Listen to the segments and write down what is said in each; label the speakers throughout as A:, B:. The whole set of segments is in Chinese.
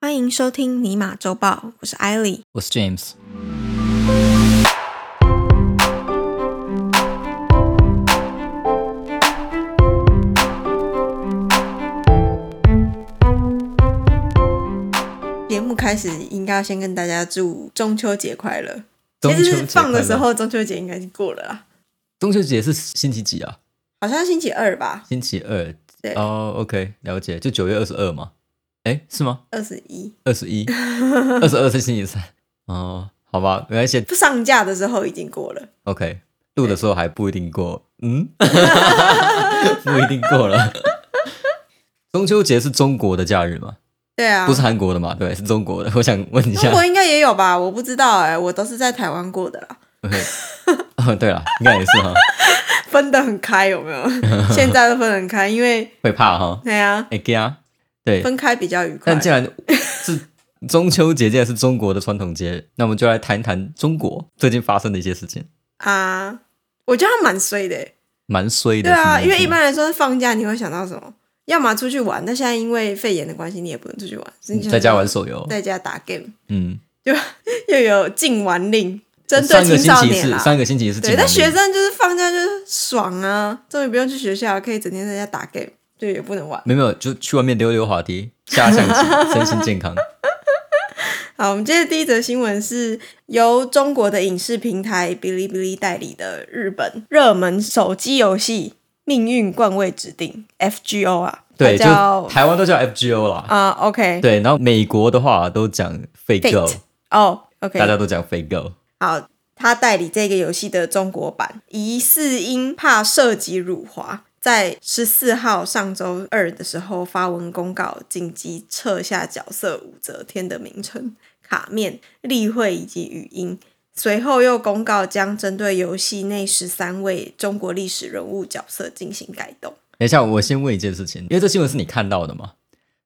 A: 欢迎收听尼玛周报，我是艾莉。
B: 我是 James。
A: 节目开始应该要先跟大家祝中秋节快乐。
B: 中秋
A: 其实
B: 节
A: 是放的
B: 快乐
A: 时，候，中秋节应该是过了啦，
B: 中秋节是星期几啊？
A: 好像星期二吧，
B: 星期二。
A: 对
B: 哦、o k 了解，就九月二十二嘛。哎，是吗？
A: 二十一。
B: 二十一，二十二 是星期三。哦，好吧，没关系。
A: 上架的时候已经过了，
B: OK，录的时候还不一定过，嗯， 不一定过了。中秋节是中国的假日吗？
A: 对啊，
B: 不是韩国的嘛？对，是中国的。我想问一下
A: 中，国应该也有吧？我不知道哎、我都是在台湾过的啦，
B: 哦， 对了，应该也是哈，
A: 分得很开有没 有？现在都分得很开，因为
B: 会怕哈。
A: 对啊，
B: 哎呀，对，
A: 分开比较愉快
B: 但。既然是中秋节，既然是中国的传统节，那我们就来谈谈中国最近发生的一些事情，
A: 啊，我觉得他蛮衰的欸、
B: 蛮衰的。
A: 对啊，
B: 是
A: 因
B: 不是
A: 为一般来说放假你会想到什么？要么出去玩，但现在因为肺炎的关系，你也不能出去玩，所以你想
B: 嗯在家
A: 说
B: 玩手游，
A: 在家打 game，
B: 嗯，
A: 又有禁玩令，针对
B: 上个
A: 青
B: 星
A: 少
B: 期
A: 年
B: 是
A: 啦。
B: 上个星期是
A: 对，
B: 禁
A: 但
B: 玩
A: 学
B: 令，
A: 生就是放假就是爽啊，终于不用去学校，可以整天在家打 game，就也不能玩。
B: 没有没有，就去外面溜溜滑梯、下象 棋，身心健康。
A: 好，我们接着第一则新闻是由中国的影视平台哔哩哔哩代理的日本热门手机游戏《命运冠位指定》（FGO） 啊，
B: 对，
A: 它
B: 就
A: 叫
B: 台湾都叫 FGO 啦，
A: 啊、o k
B: 对，然后美国的话都讲 Fake
A: Fate，
B: Go，
A: 哦，OK、
B: 大
A: o k
B: 家都讲 Fake Go，
A: 好，他代理这个游戏的中国版，疑似因怕涉及辱华，在十四号上周二的时候发文公告，紧急撤下角色武则天的名称、卡面、例会以及语音。随后又公告将针对游戏内十三位中国历史人物角色进行改动。
B: 等一下，我先问一件事情，因为这新闻是你看到的嘛？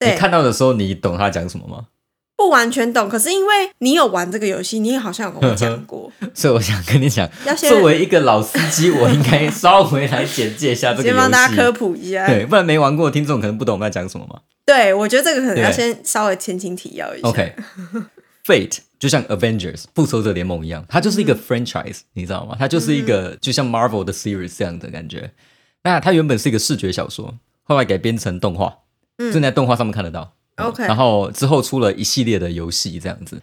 B: 你
A: 对，
B: 看到的时候，你懂他讲什么吗？
A: 不完全懂，可是因为你有玩这个游戏，你也好像有跟我讲 过，
B: 所以我想跟你讲，
A: 要先
B: 作为一个老司机，我应该稍微来简介一下这个
A: 先
B: 游戏。
A: 帮大家科普一下。
B: 对，不然没玩过的听众可能不懂我们在讲什么嘛。
A: 对，我觉得这个可能要
B: 对
A: 先稍微前情提要一下。
B: OK，Fate、就像 Avengers 复仇者联盟一样，它就是一个 franchise，、你知道吗？它就是一个、
A: 嗯
B: 就像 Marvel 的 series 这样的感觉。那它原本是一个视觉小说，后来改编成动画，
A: 嗯
B: 正在动画上面看得到。
A: OK
B: 嗯然后之后出了一系列的游戏这样子，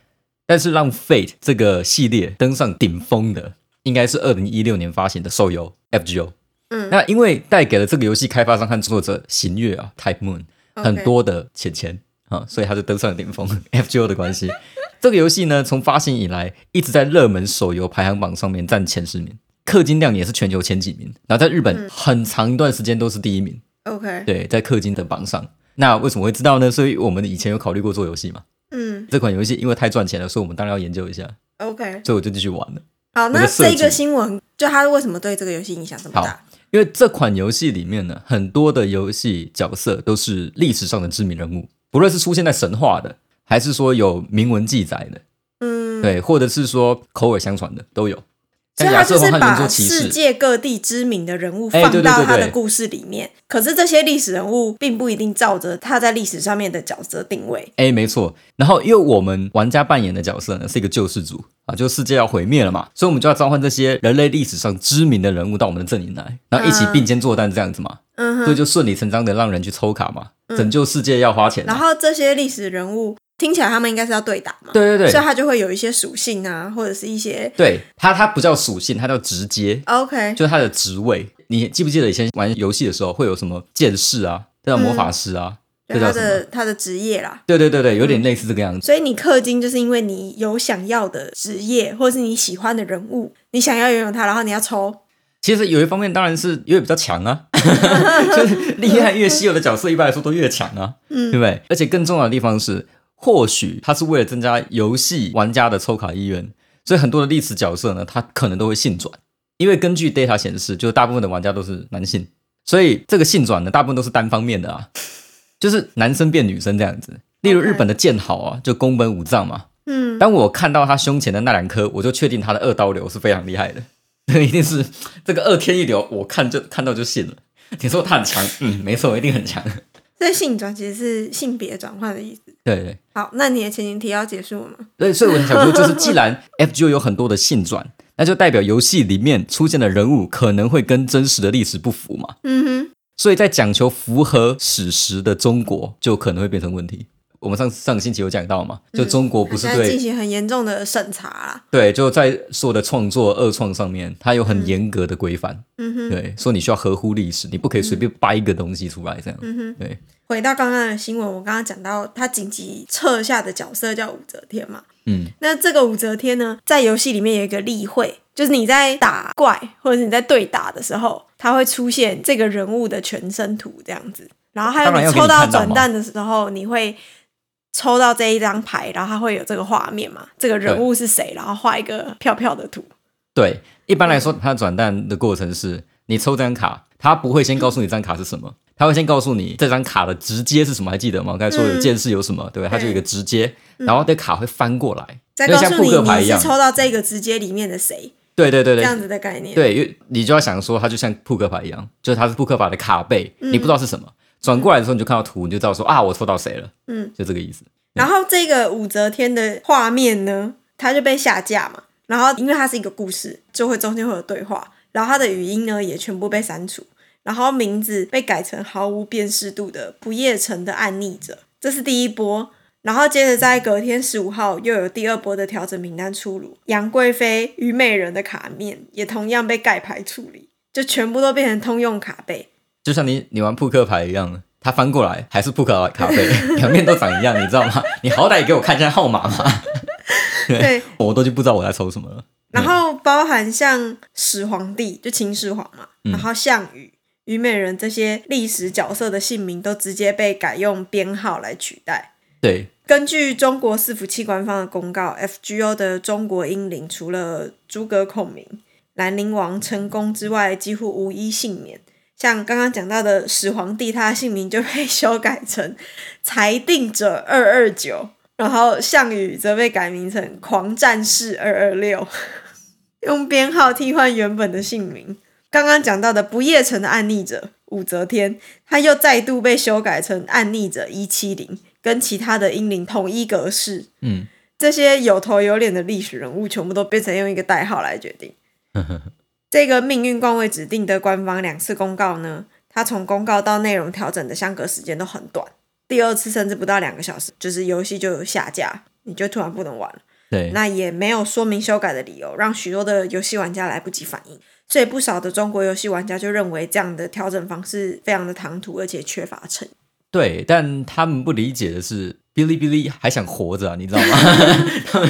B: 但是让 Fate 这个系列登上顶峰的，应该是二零一六年发行的手游 FGO。
A: 嗯
B: 那因为带给了这个游戏开发商和作者行月啊 Type Moon
A: OK
B: 很多的钱钱啊，所以他就登上了顶峰。FGO 的关系，这个游戏呢，从发行以来一直在热门手游排行榜上面占前十名，氪金量也是全球前几名，然后在日
A: 嗯
B: 本很长一段时间都是第一名。
A: OK，
B: 对，在氪金的榜上。那为什么会知道呢？所以我们以前有考虑过做游戏嘛。
A: 嗯
B: 这款游戏因为太赚钱了，所以我们当然要研究一下，
A: ，OK，
B: 所以我就继续玩了。
A: 好，
B: 的
A: 那
B: 设
A: 这
B: 计
A: 个新闻就他为什么对这个游戏影响这么大？
B: 因为这款游戏里面呢，很多的游戏角色都是历史上的知名人物，不论是出现在神话的，还是说有铭文记载的，
A: 嗯，
B: 对，或者是说口耳相传的都有。
A: 所
B: 像
A: 以
B: 亚
A: 他
B: 瑟
A: 就是
B: 王和圆
A: 把
B: 桌骑
A: 世
B: 士，
A: 界各地知名的人物
B: 哎
A: 放
B: 对对
A: 到
B: 对
A: 他
B: 对
A: 的故事里面，可是这些历史人物并不一定照着他在历史上面的角色定位。
B: 哎，没错。然后因为我们玩家扮演的角色呢是一个救世主啊，就世界要毁灭了嘛，所以我们就要召唤这些人类历史上知名的人物到我们的阵营来，然后一起并肩作战这样子嘛，
A: 嗯
B: 所以
A: 哼，
B: 就顺理成章的让人去抽卡嘛，拯救世界要花钱、
A: 嗯然
B: 啊。
A: 后这些历史人物听起来他们应该是要对打嘛，
B: 对对
A: 所以
B: 对，
A: 他就会有一些属性啊，或者是一些
B: 对它它不叫属性，它叫直接，
A: OK，
B: 就是它的职位。你记不记得以前玩游戏的时候会有什么剑士啊，这叫魔法师啊，
A: 就
B: 这
A: 他
B: 叫什么？
A: 的他的职业啦。
B: 对对对
A: 嗯
B: 对，有点类似这个样子。
A: 所以你氪金就是因为你有想要的职业，或是你喜欢的人物，你想要拥有它，然后你要抽。
B: 其实有一方面当然是因为比较强啊，就是厉害越稀有的角色一般来说都越强啊，嗯，对不对？而且更重要的地方是，或许它是为了增加游戏玩家的抽卡意愿，所以很多的历史角色呢，它可能都会性转，因为根据 data 显示，就是大部分的玩家都是男性，所以这个性转呢，大部分都是单方面的啊，就是男生变女生这样子。例如
A: OK
B: 日本的剑豪啊，就宫本武藏嘛，
A: 嗯，
B: 当我看到他胸前的那两颗，我就确定他的二刀流是非常厉害的， 这一定是这个二天一流，我看就看到就信了。你说他很强，嗯，没错，一定很强。
A: 所以性转其实是性别转换的意思。
B: 对对
A: 好，那你的前情提要结束了吗？
B: 对，所以我想说，就是既然 FGO 有很多的性转，那就代表游戏里面出现的人物可能会跟真实的历史不符嘛。
A: 嗯哼，
B: 所以在讲求符合史实的中国，就可能会变成问题。我们上上个星期有讲到嘛，就中国不是
A: 现在
B: 对、
A: 进行很严重的审查啦。
B: 对，就在所有的创作二创上面，它有很严格的规范，
A: 嗯哼，
B: 对，说你需要合乎历史，你不可以随便掰一个东西出来这样，
A: 嗯哼。
B: 对
A: 回到刚刚的新闻，我刚刚讲到他紧急撤下的角色叫武则天嘛。
B: 嗯，
A: 那这个武则天呢，在游戏里面有一个例会，就是你在打怪或者是你在对打的时候，它会出现这个人物的全身图这样子。然后还有
B: 当然要给
A: 抽
B: 你
A: 到
B: 看到
A: 转
B: 嘛
A: 蛋的时候，你会抽到这一张牌，然后它会有这个画面嘛？这个人
B: 对
A: 物是谁？然后画一个票票的图。
B: 对。一般来
A: 嗯
B: 说，它转蛋的过程是你抽这张卡，它不会先告诉你这张卡是什么，它会先告诉你这张卡的直接是什么，还记得吗？我刚
A: 嗯
B: 才说有件事有什么，对不对？它就有一个直接，然后这卡会翻过来，
A: 再
B: 就
A: 告
B: 像
A: 诉
B: 扑
A: 你
B: 克牌
A: 你
B: 一
A: 是
B: 样，
A: 抽到这个直接里面的谁，
B: 对对对
A: 这
B: 对，
A: 样子的概念。
B: 对，因为你就要想说，它就像扑克牌一样，就是它是扑克牌的卡背，
A: 嗯
B: 你不知道是什么。转过来的时候，你就看到图，你就知道说啊，我抽到谁了，
A: 嗯，
B: 就这个意思。
A: 然后这个武则天的画面呢，它就被下架嘛。然后因为它是一个故事，就会中间会有对话，然后它的语音呢也全部被删除，然后名字被改成毫无辨识度的不夜城的暗逆者，这是第一波。然后接着在隔天十五号又有第二波的调整名单出炉，杨贵妃、虞美人的卡面也同样被盖牌处理，就全部都变成通用卡背。
B: 就像你你玩扑克牌一样，它翻过来还是扑克卡背， 两面都长一样，你知道吗？你好歹也给我看一下号码嘛，
A: 对，
B: 我都就不知道我在抽什么了。
A: 然后包含像始皇帝，就秦始皇嘛，然后项羽、虞美人这些历史角色的姓名都直接被改用编号来取代。
B: 对，
A: 根据中国伺服器官方的公告，FGO 的中国英灵除了诸葛孔明、兰陵王陈宫之外，几乎无一幸免。像刚刚讲到的始皇帝，他的姓名就被修改成裁定者二二九，然后项羽则被改名成狂战士二二六， 用编号替换原本的姓名。刚刚讲到的不夜城的暗逆者武则天，他又再度被修改成暗逆者一七零，跟其他的英灵统一格式。
B: 嗯，
A: 这些有头有脸的历史人物，全部都变成用一个代号来决定。 这个命运冠位指定的官方两次公告呢，它从公告到内容调整的相隔时间都很短，第二次甚至不到两个小时，就是游戏就有下架，你就突然不能玩了。
B: 对，
A: 那也没有说明修改的理由，让许多的游戏玩家来不及反应，所以不少的中国游戏玩家就认为这样的调整方式非常的唐突，而且缺乏诚意。
B: 对，但他们不理解的是，哔哩哔哩还想活着、啊，你知道吗？ 他们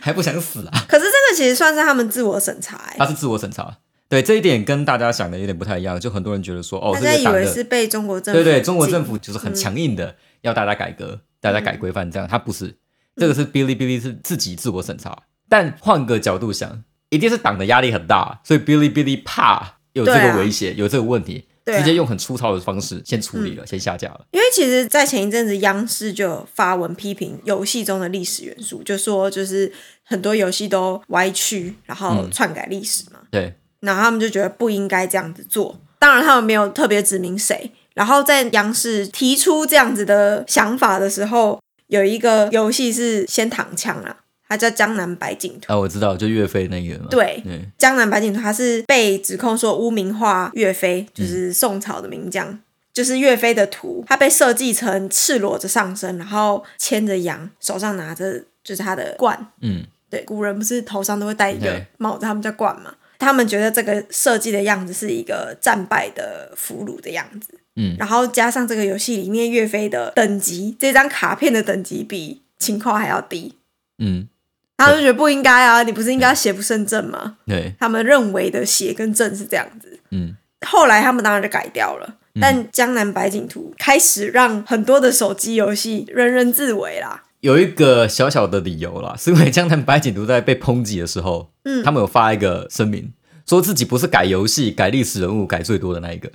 B: 还不想死啊。啊
A: 可是这个其实算是他们自我审查、欸，
B: 他是自我审查。对这一点跟大家想的有点不太一样，就很多人觉得说，哦，
A: 大
B: 这
A: 家
B: 个
A: 以
B: 党
A: 为
B: 的
A: 是被中国政府嗯
B: 对对，中国
A: 禁
B: 政府就是很强硬的、要大家改革，大家改规范这样，他不是，
A: 嗯
B: 这个是哔哩哔哩是自己自我审查。但换个角度想，一定是党的压力很大，所以哔哩哔哩怕有这
A: 对啊
B: 个威胁，有这个问题，
A: 对嗯啊
B: 直接用很粗糙的方式先处理了，先下架了。
A: 因为其实，在前一阵子，央视就有发文批评游戏中的历史元素，就说就是很多游戏都歪曲，然
B: 嗯
A: 后篡改历史嘛。
B: 对，
A: 然后他们就觉得不应该这样子做。当然，他们没有特别指明谁。然后在央视提出这样子的想法的时候，有一个游戏是先躺枪啦，它叫《江南百景图》。
B: 啊，我知道，就岳飞那个嘛。
A: 对
B: 对
A: 江南白景图，他是被指控说污名化岳飞，
B: 嗯
A: 就是宋朝的名将，就是岳飞的图，他被设计成赤裸着上身，然后牵着羊，手上拿着就是他的冠。
B: 嗯，
A: 对，古人不是头上都会戴一个
B: 对
A: 帽子，他们叫冠嘛。他们觉得这个设计的样子是一个战败的俘虏的样子，
B: 嗯
A: 然后加上这个游戏里面岳飞的等级，这张卡片的等级比秦况还要低，
B: 嗯，
A: 他们就觉得不应该啊，你不是应该要邪不胜正吗？
B: 对，
A: 他们认为的邪跟正是这样子。
B: 嗯，
A: 后来他们当然就改掉了，但《江南百景图》开始让很多的手机游戏人人自危啦。
B: 有一个小小的理由啦，是因为江南白景图在被抨击的时候，
A: 嗯
B: 他们有发一个声明，说自己不是改游戏、改历史人物改最多的那一个。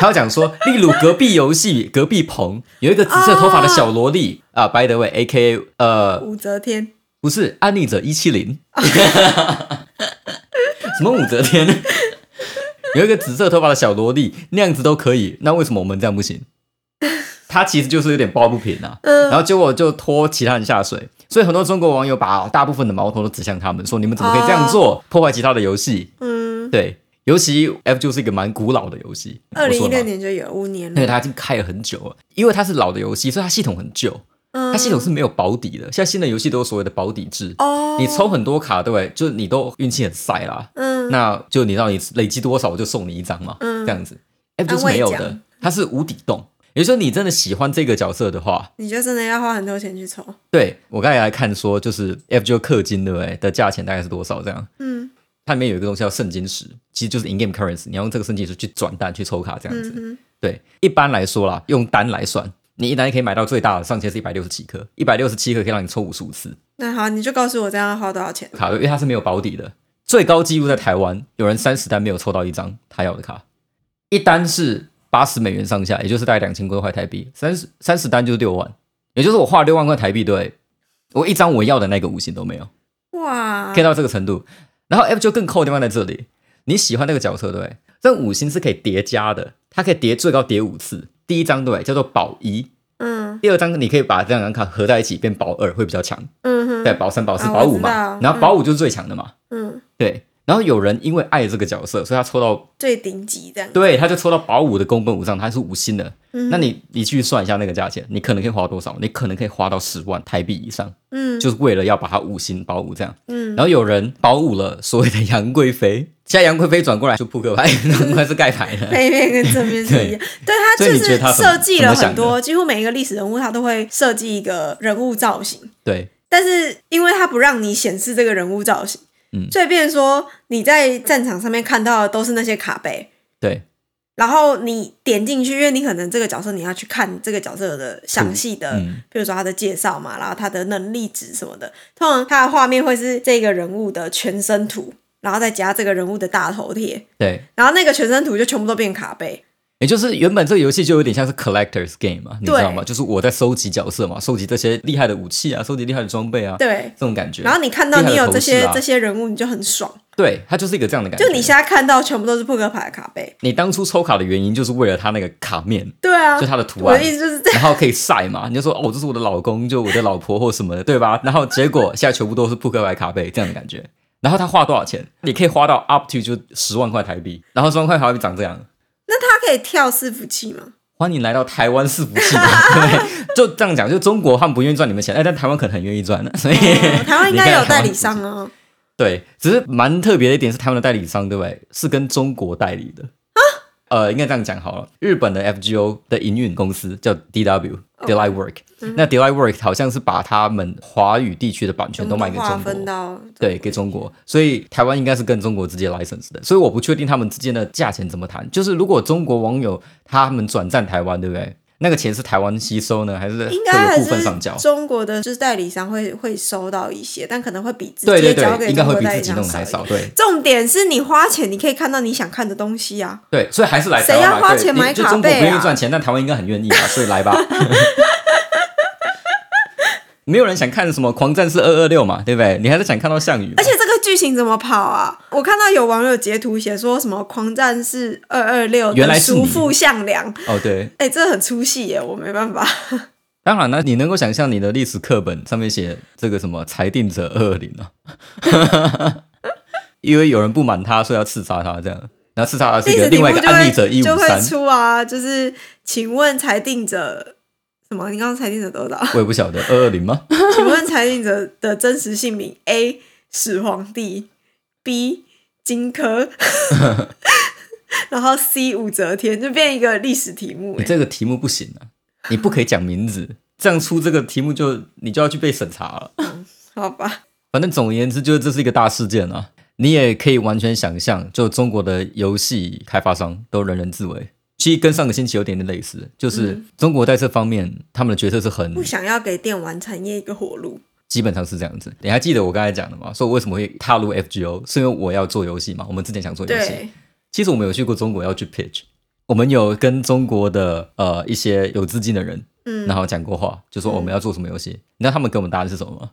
B: 他要讲说， 例如隔壁游戏隔壁棚有一个紫色头发的小萝莉啊，by the way，A K 呃，
A: 武则天，
B: 不是安利者一七零， 什么武则天，有一个紫色头发的小萝莉那样子都可以，那为什么我们这样不行？他其实就是有点抱不平啊，
A: 嗯
B: 然后结果就拖其他人下水，所以很多中国网友把大部分的矛头都指向他们，说你们怎么可以这样
A: 哦
B: 做，破坏其他的游戏？
A: 嗯，
B: 对，尤其 F 就是一个蛮古老的游戏，
A: 二零一
B: 我说
A: 六
B: 了嘛，
A: 年就有五年
B: 对，
A: 了，
B: 它已经开了很久了，因为它是老的游戏，所以它系统很旧，
A: 嗯
B: 它系统是没有保底的，现在新的游戏都有所谓的保底制，
A: 哦，
B: 你抽很多卡，对不对？就是你都运气很塞啦，
A: 嗯，
B: 那就你让你累积多少，我就送你一张嘛，
A: 嗯
B: 这样子。F
A: 安
B: 就
A: 慰
B: 是没有的
A: 奖，
B: 它是无底洞。也就是说，你真的喜欢这个角色的话，
A: 你就真的要花很多钱去抽，
B: 对我刚才来看说，就是 F 就氪金，对不对？的价钱大概是多少？这样，
A: 嗯
B: 它里面有一个东西叫圣金石，其实就是 in game currency，你要用这个圣金石去转蛋、去抽卡这样子。
A: 嗯
B: 对，一般来说啦，用单来算，你一单可以买到最大的上限是一百六十七颗，一百六十七颗可以让你抽五十五次
A: 哼，那好，你就告诉我这样要花多少钱，
B: 卡，因为它是没有保底的。最高纪录在台湾，有人三十单没有抽到一张他要的卡，一单是八十美元上下，也就是大概两千多块台币，三十三十单就是六万，也就是我花六万块台币，对我一张我要的那个五星都没有。
A: 哇
B: 可以，到这个程度。然后 F 就更扣的地方在这里，你喜欢那个角色对不对？这五星是可以叠加的，它可以叠最高叠五次。第一张对叫做保一，
A: 嗯
B: 第二张你可以把这两张卡合在一起变保二，会比较强。
A: 嗯哼，
B: 对，保三、保四、
A: 啊
B: 保五
A: 我
B: 嘛
A: 知道，
B: 然后保五就是最强的嘛。
A: 嗯，
B: 对，然后有人因为爱这个角色，所以他抽到
A: 最顶级这样，
B: 对，他就抽到保五的宫本武藏，他是五星的。
A: 嗯
B: 那你你去算一下那个价钱，你可能可以花多少？你可能可以花到十万台币以上，
A: 嗯
B: 就是为了要把它五星保五这样。
A: 嗯，
B: 然后有人保五了所谓的杨贵妃，现在杨贵妃转过来就扑克牌，转过来是盖牌的。
A: 背面跟正面是一样，对他
B: 所以
A: 就
B: 你觉
A: 是
B: 得他怎么
A: 设计了很多，几乎每一个历史人物他都会设计一个人物造型，
B: 对，
A: 但是因为他不让你显示这个人物造型，
B: 嗯
A: 所以变成说你在战场上面看到的都是那些卡背，
B: 对，
A: 然后你点进去，因为你可能这个角色你要去看这个角色的详细的，
B: 嗯
A: 比如说他的介绍嘛，然后他的能力值什么的。通常他的画面会是这个人物的全身图，然后再加这个人物的大头贴，
B: 对，
A: 然后那个全身图就全部都变卡背。
B: 也就是原本这个游戏就有点像是 collector's game 啊嘛，你知
A: 对
B: 道吗？就是我在收集角色嘛，收集这些厉害的武器啊，收集厉害的装备啊，
A: 对，
B: 这种感觉。
A: 然后你看到你有这
B: 厉害的
A: 些、
B: 头饰啊哎
A: 这些人物，你就很爽。
B: 对，它就是一个这样的感觉。
A: 就你现在看到全部都是扑克牌的卡背，
B: 你当初抽卡的原因就是为了它那个卡面，
A: 对啊
B: 就，它的图
A: 我
B: 案
A: 的。意思就是这样。
B: 然后可以晒嘛？你就说哦，这是我的老公，就我的老婆或什么的，对吧？然后结果现在全部都是扑克牌卡背这样的感觉。然后他花多少钱？你可以花到 up to 就十万块台币，然后十万块台币长这样。
A: 那他可以跳伺服器 吗？
B: 欢迎来到台湾伺服器嘛， 对不对？就这样讲，就中国他们不愿意赚你们钱，哎，但台湾可能很愿意赚的，所以、
A: 哦台湾应
B: 你
A: 该
B: 看
A: 有代理
B: 台湾伺服器
A: 商。哦。
B: 对，只是蛮特别的一点是，台湾的代理商对不对？是跟中国代理的啊？呃，应该这样讲好了。日本的 FGO 的营运公司叫 DW
A: 哦
B: Delight Work，、那
A: 嗯
B: Delight Work 好像是把他们华语地区的版权都卖给
A: 划
B: 中
A: 分
B: 国。
A: 到
B: 啊对，给中国，所以台湾应该是跟中国直接 license 的，所以我不确定他们之间的价钱怎么谈。就是如果中国网友他们转战台湾，对不对？那个钱是台湾吸收呢，还是
A: 应该
B: 各个
A: 还
B: 部分上
A: 是
B: 缴？
A: 中国的就是代理商会会收到一些，但可能会比直
B: 对
A: 接
B: 对
A: 交
B: 对，
A: 给
B: 应该
A: 中
B: 会
A: 国
B: 比
A: 代
B: 自
A: 理
B: 己
A: 商
B: 弄的还
A: 少
B: 少。
A: 一点。
B: 对，
A: 重点是你花钱，你可以看到你想看的东西啊。
B: 对，所以还是来
A: 谁
B: 台湾
A: 要
B: 吧
A: 花
B: 对
A: 钱
B: 你
A: 买
B: 就
A: 卡
B: 中国
A: 贝
B: 不愿
A: 啊
B: 意赚钱，但台湾应该很愿意吧， 所以来吧。没有人想看什么《狂战士二二六》嘛，对不对？你还是想看到项羽嘛，
A: 而且这个剧情怎么跑啊？我看到有网友截图写说什么“狂战士二二六”
B: 原来是
A: 叔
B: 你
A: 父项梁，
B: 哦对，
A: 哎、这很出戏耶，我没办法。
B: 当然了，你能够想象你的历史课本上面写这个什么裁定者二零啊， 因为有人不满他，所以要刺杀他这样，然后刺杀他是一
A: 历
B: 个
A: 史题
B: 另
A: 目
B: 外一个
A: 就
B: 案例者
A: 会
B: 一
A: 就
B: 五
A: 会
B: 三，
A: 出啊，就是请问裁定者什么？你刚刚裁定者多少？
B: 我也不晓得二二零吗？
A: 请问裁定者的真实姓名：A. 始皇帝，B. 荆 轲， 然后 C. 武则天，就变一个历史题目
B: 你
A: 欸。
B: 这个题目不行啊，你不可以讲名字，这样出这个题目就你就要去被审查了。
A: 好吧，
B: 反正总而言之，就是这是一个大事件啊。你也可以完全想象，就中国的游戏开发商都人人自危。其实跟上个星期有点点类似，就是中国在这方面他们的决策是很
A: 不想要给电玩产业一个活路。
B: 基本上是这样子。你还记得我刚才讲的吗？说我为什么会踏入 FGO，是因为我要做游戏嘛。我们之前想做游戏，
A: 对，
B: 其实我们有去过中国要去 pitch，我们有跟中国的呃一些有资金的人，
A: 嗯
B: 然后讲过话，就说我们要做什么游戏。你知道他们给我们答案是什么吗？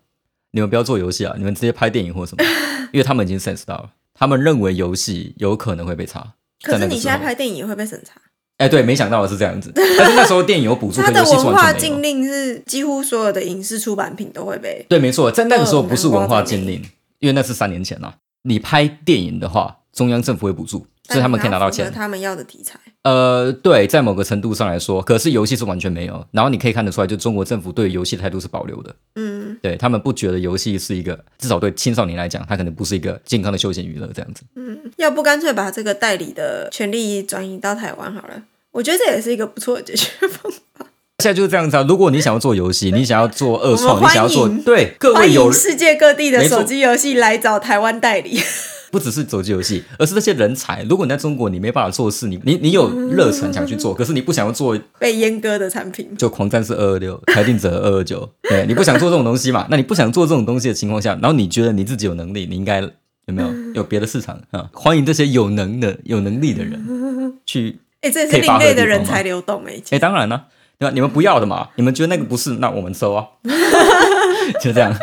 B: 你们不要做游戏啊，你们直接拍电影或 什么，因为他们已经 sense 到了，他们认为游戏有可能会被查。
A: 可
B: 在
A: 是
B: 那个
A: 你
B: 时
A: 现在
B: 候
A: 拍电影也会被审查，
B: 哎，对，没想到是这样子。但是那时候电影有补助，
A: 它
B: 可游
A: 的
B: 戏是
A: 文化
B: 完全没
A: 禁
B: 有。
A: 令是几乎所有的影视出版品都会被
B: 对，没错，在那个时候不是文化禁
A: 没
B: 令，因为那是三年前啦。你拍电影的话，中央政府会补助，所以他们可以拿到
A: 但
B: 钱
A: 你要符合。他们要的题材。
B: 呃，对，在某个程度上来说，可是游戏是完全没有。然后你可以看得出来，就中国政府对游戏的态度是保留的，
A: 嗯
B: 对他们不觉得游戏是一个，至少对青少年来讲，它可能不是一个健康的休闲娱乐这样子。
A: 嗯，要不干脆把这个代理的权利转移到台湾好了。我觉得这也是一个不错的解决方法。
B: 现在就是这样子啊！如果你想要做游戏，你想要做二
A: 我
B: 创，你
A: 们
B: 想要做
A: 欢迎
B: 对各
A: 欢
B: 位有
A: 迎世界各地的
B: 没错
A: 手机游戏来找台湾代理。
B: 不只是手机游戏，而是这些人才。如果你在中国，你没办法做事，你你你有热忱想去做，可是你不想要做，
A: 被阉割的产品。
B: 就狂战士二二六、裁定者二二九， 对你不想做这种东西嘛？那你不想做这种东西的情况下，然后你觉得你自己有能力，你应该有没有有别的市场啊？欢迎这些有能的、有能力的人去。
A: 哎、这也
B: 可
A: 是
B: 以发
A: 另
B: 挥
A: 类
B: 的
A: 的
B: 地
A: 人
B: 方吗
A: 才流动哎、
B: 哎，当然了、对吧？你们不要的嘛，你们觉得那个不是，那我们收啊， 就这样。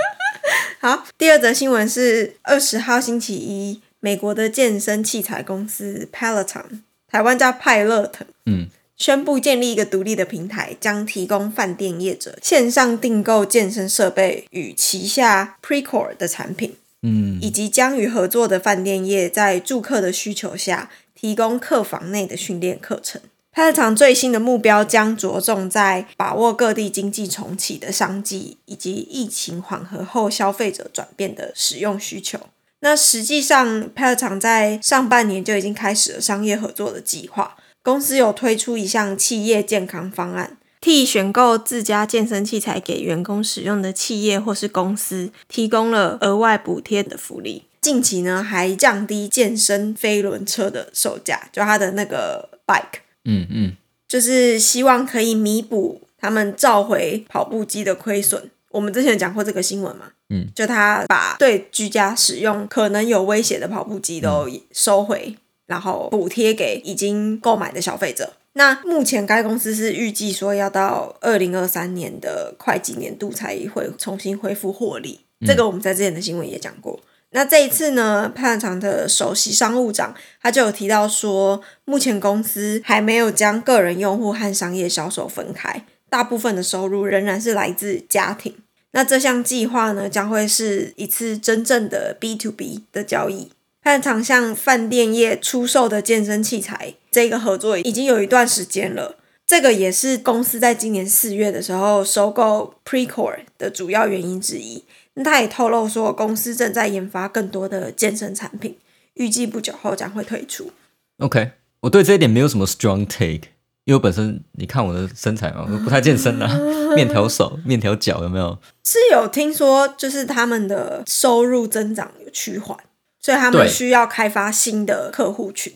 A: 好，第二则新闻是二十号星期一，美国的健身器材公司 Peloton，台湾叫派乐腾，
B: 嗯，
A: 宣布建立一个独立的平台，将提供饭店业者线上订购健身设备与旗下 Precore 的产品，
B: 嗯
A: 以及将与合作的饭店业在住客的需求下提供客房内的训练课程。派乐场最新的目标将着重在把握各地经济重启的商机，以及疫情缓和后消费者转变的使用需求。那实际上，派乐场在上半年就已经开始了商业合作的计划。公司有推出一项企业健康方案，替选购自家健身器材给员工使用的企业或是公司提供了额外补贴的福利。近期呢，还降低健身飞轮车的售价，就它的那个 bike，
B: 嗯嗯，
A: 就是希望可以弥补他们召回跑步机的亏损。我们之前有讲过这个新闻嘛？
B: 嗯，
A: 就他把对居家使用可能有威胁的跑步机都收回，然后补贴给已经购买的消费者。那目前该公司是预计说要到二零二三年的会计年度才会重新恢复获利，这个我们在之前的新闻也讲过。那这一次呢，派场的首席商务长他就有提到说，目前公司还没有将个人用户和商业销售分开，大部分的收入仍然是来自家庭。那这项计划呢，将会是一次真正的 B to B 的交易。汉厂向饭店业出售的健身器材，这个合作已经有一段时间了。这个也是公司在今年四月的时候收购 Precore 的主要原因之一。那他也透露说，公司正在研发更多的健身产品，预计不久后将会推出。
B: OK，我对这一点没有什么 strong take，因为我本身你看我的身材嘛，我不太健身啊， 面条手、面条脚有没有？
A: 是有听说，就是他们的收入增长有趋缓，所以他们
B: 对
A: 需要开发新的客户群。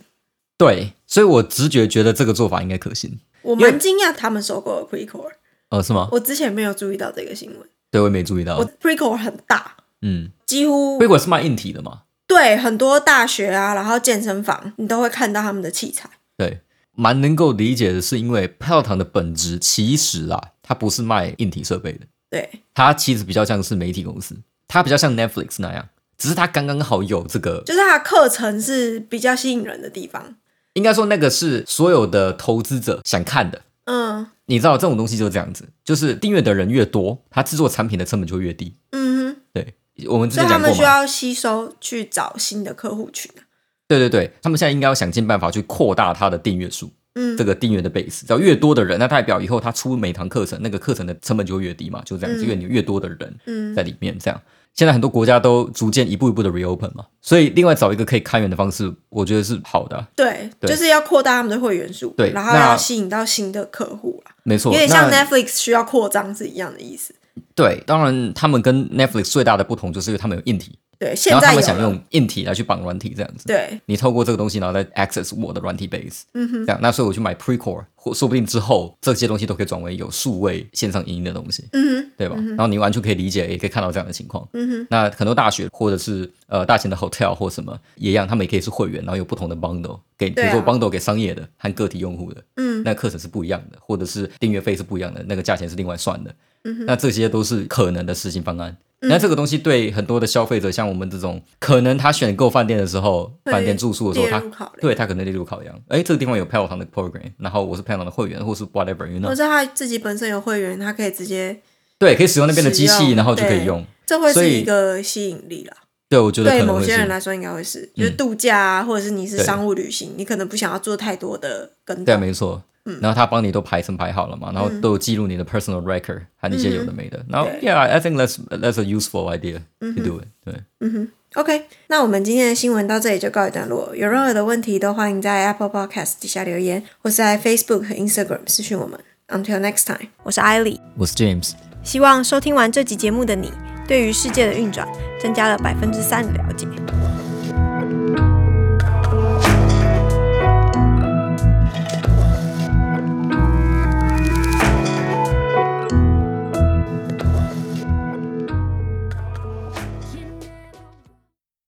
B: 对，所以我直觉觉得这个做法应该可行。
A: 我
B: 因为
A: 蛮惊讶他们收购了 Precore，
B: 哦，是吗？
A: 我之前没有注意到这个新闻。
B: 对，我也没注意
A: 我
B: 到。
A: Precore 很大，
B: 嗯，
A: 几乎
B: 微果是卖硬体的嘛？
A: 对很多大学啊，然后健身房，你都会看到他们的器材。
B: 对，蛮能够理解的是，因为泡糖的本质其实啊，它不是卖硬体设备的，
A: 对，
B: 它其实比较像是媒体公司，它比较像 Netflix 那样，只是它刚刚好有这个
A: 就是它的课程是比较吸引人的地方。
B: 应该说那个是所有的投资者想看的。
A: 嗯
B: 你知道这种东西就是这样子，就是订阅的人越多，他制作产品的成本就越低。
A: 嗯哼，
B: 对，我们之
A: 所以
B: 前
A: 他
B: 讲
A: 们
B: 过
A: 需
B: 嘛。
A: 要吸收去找新的客户群啊。
B: 对对对，他们现在应该要想尽办法去扩大他的订阅数，
A: 嗯
B: 这个订阅的 base，只要越多的人，那代表以后他出每堂课程，那个课程的成本就会越低嘛，就这样子，
A: 嗯
B: 因为你越多的人
A: 嗯
B: 在里面，这样。现在很多国家都逐渐一步一步的 reopen 嘛，所以另外找一个可以开源的方式，我觉得是好的啊、
A: 对，
B: 对
A: 就是要扩大他们的会员数，
B: 对
A: 然后
B: 那
A: 要吸引到新的客户啊啦，
B: 没错，
A: 有点像
B: 那
A: Netflix 需要扩张是一样的意思。
B: 对，当然他们跟 Netflix 最大的不同就是因为他们有硬体，
A: 对，
B: 然
A: 现
B: 后他
A: 在
B: 们
A: 有
B: 想
A: 了
B: 用硬体来去绑软体这样子。
A: 对，
B: 你透过这个东西，然后再 access 我的软体 base，嗯哼，这样，那所以我去买 Precore，或说不定之后这些东西都可以转为有数位线上影音的东西，
A: 嗯
B: 对吧？然后你完全可以理解，也可以看到这样的情况。
A: 嗯哼，
B: 那很多大学或者是呃大型的 hotel 或什么也一样，他们也可以是会员，然后有不同的 bundle 给，比
A: 对啊
B: 如说 bundle 给商业的和个体用户的，
A: 嗯
B: 那课程是不一样的，或者是订阅费是不一样的，那个价钱是另外算的。嗯、那这些都是可能的事情方案，那这个东西对很多的消费者，像我们这种，可能他选购饭店的时候，
A: 会
B: 饭店住宿的时候，
A: 列
B: 他
A: 入考量
B: 对他可能列入考量。哎，这个地方有票堂的 program，然后我是票堂的会员，或是 whatever you
A: 或
B: know，
A: 者他自己本身有会员，他可以直接，
B: 对，可以使用那边的机
A: 使
B: 器，
A: 用
B: 然后就可以
A: 对
B: 用。
A: 这会
B: 所
A: 是
B: 以
A: 一个吸引力啦。
B: 对，我觉得
A: 对
B: 可能
A: 某
B: 会
A: 些人
B: 是。嗯
A: 来说应该会是，就是度假啊，或者是你是
B: 对
A: 商务旅行，你可能不想要做太多的跟
B: 对，啊
A: 动。
B: 没错。
A: 嗯
B: 然后他帮你都排成排好了嘛，然后都有记录你的 personal record 和一些有的没的。然后
A: 嗯对 Mm-hmm
B: yeah, I think that's that's a useful idea to do it、对，
A: OK，那我们今天的新闻到这里就告一段落。有任何的问题都欢迎在 Apple Podcast 底下留言，或是在 Facebook 和 Instagram 私讯我们。Until next time，我是艾莉。
B: 我是 James。
A: 希望收听完这集节目的你，对于世界的运转增加了百分之三的了解。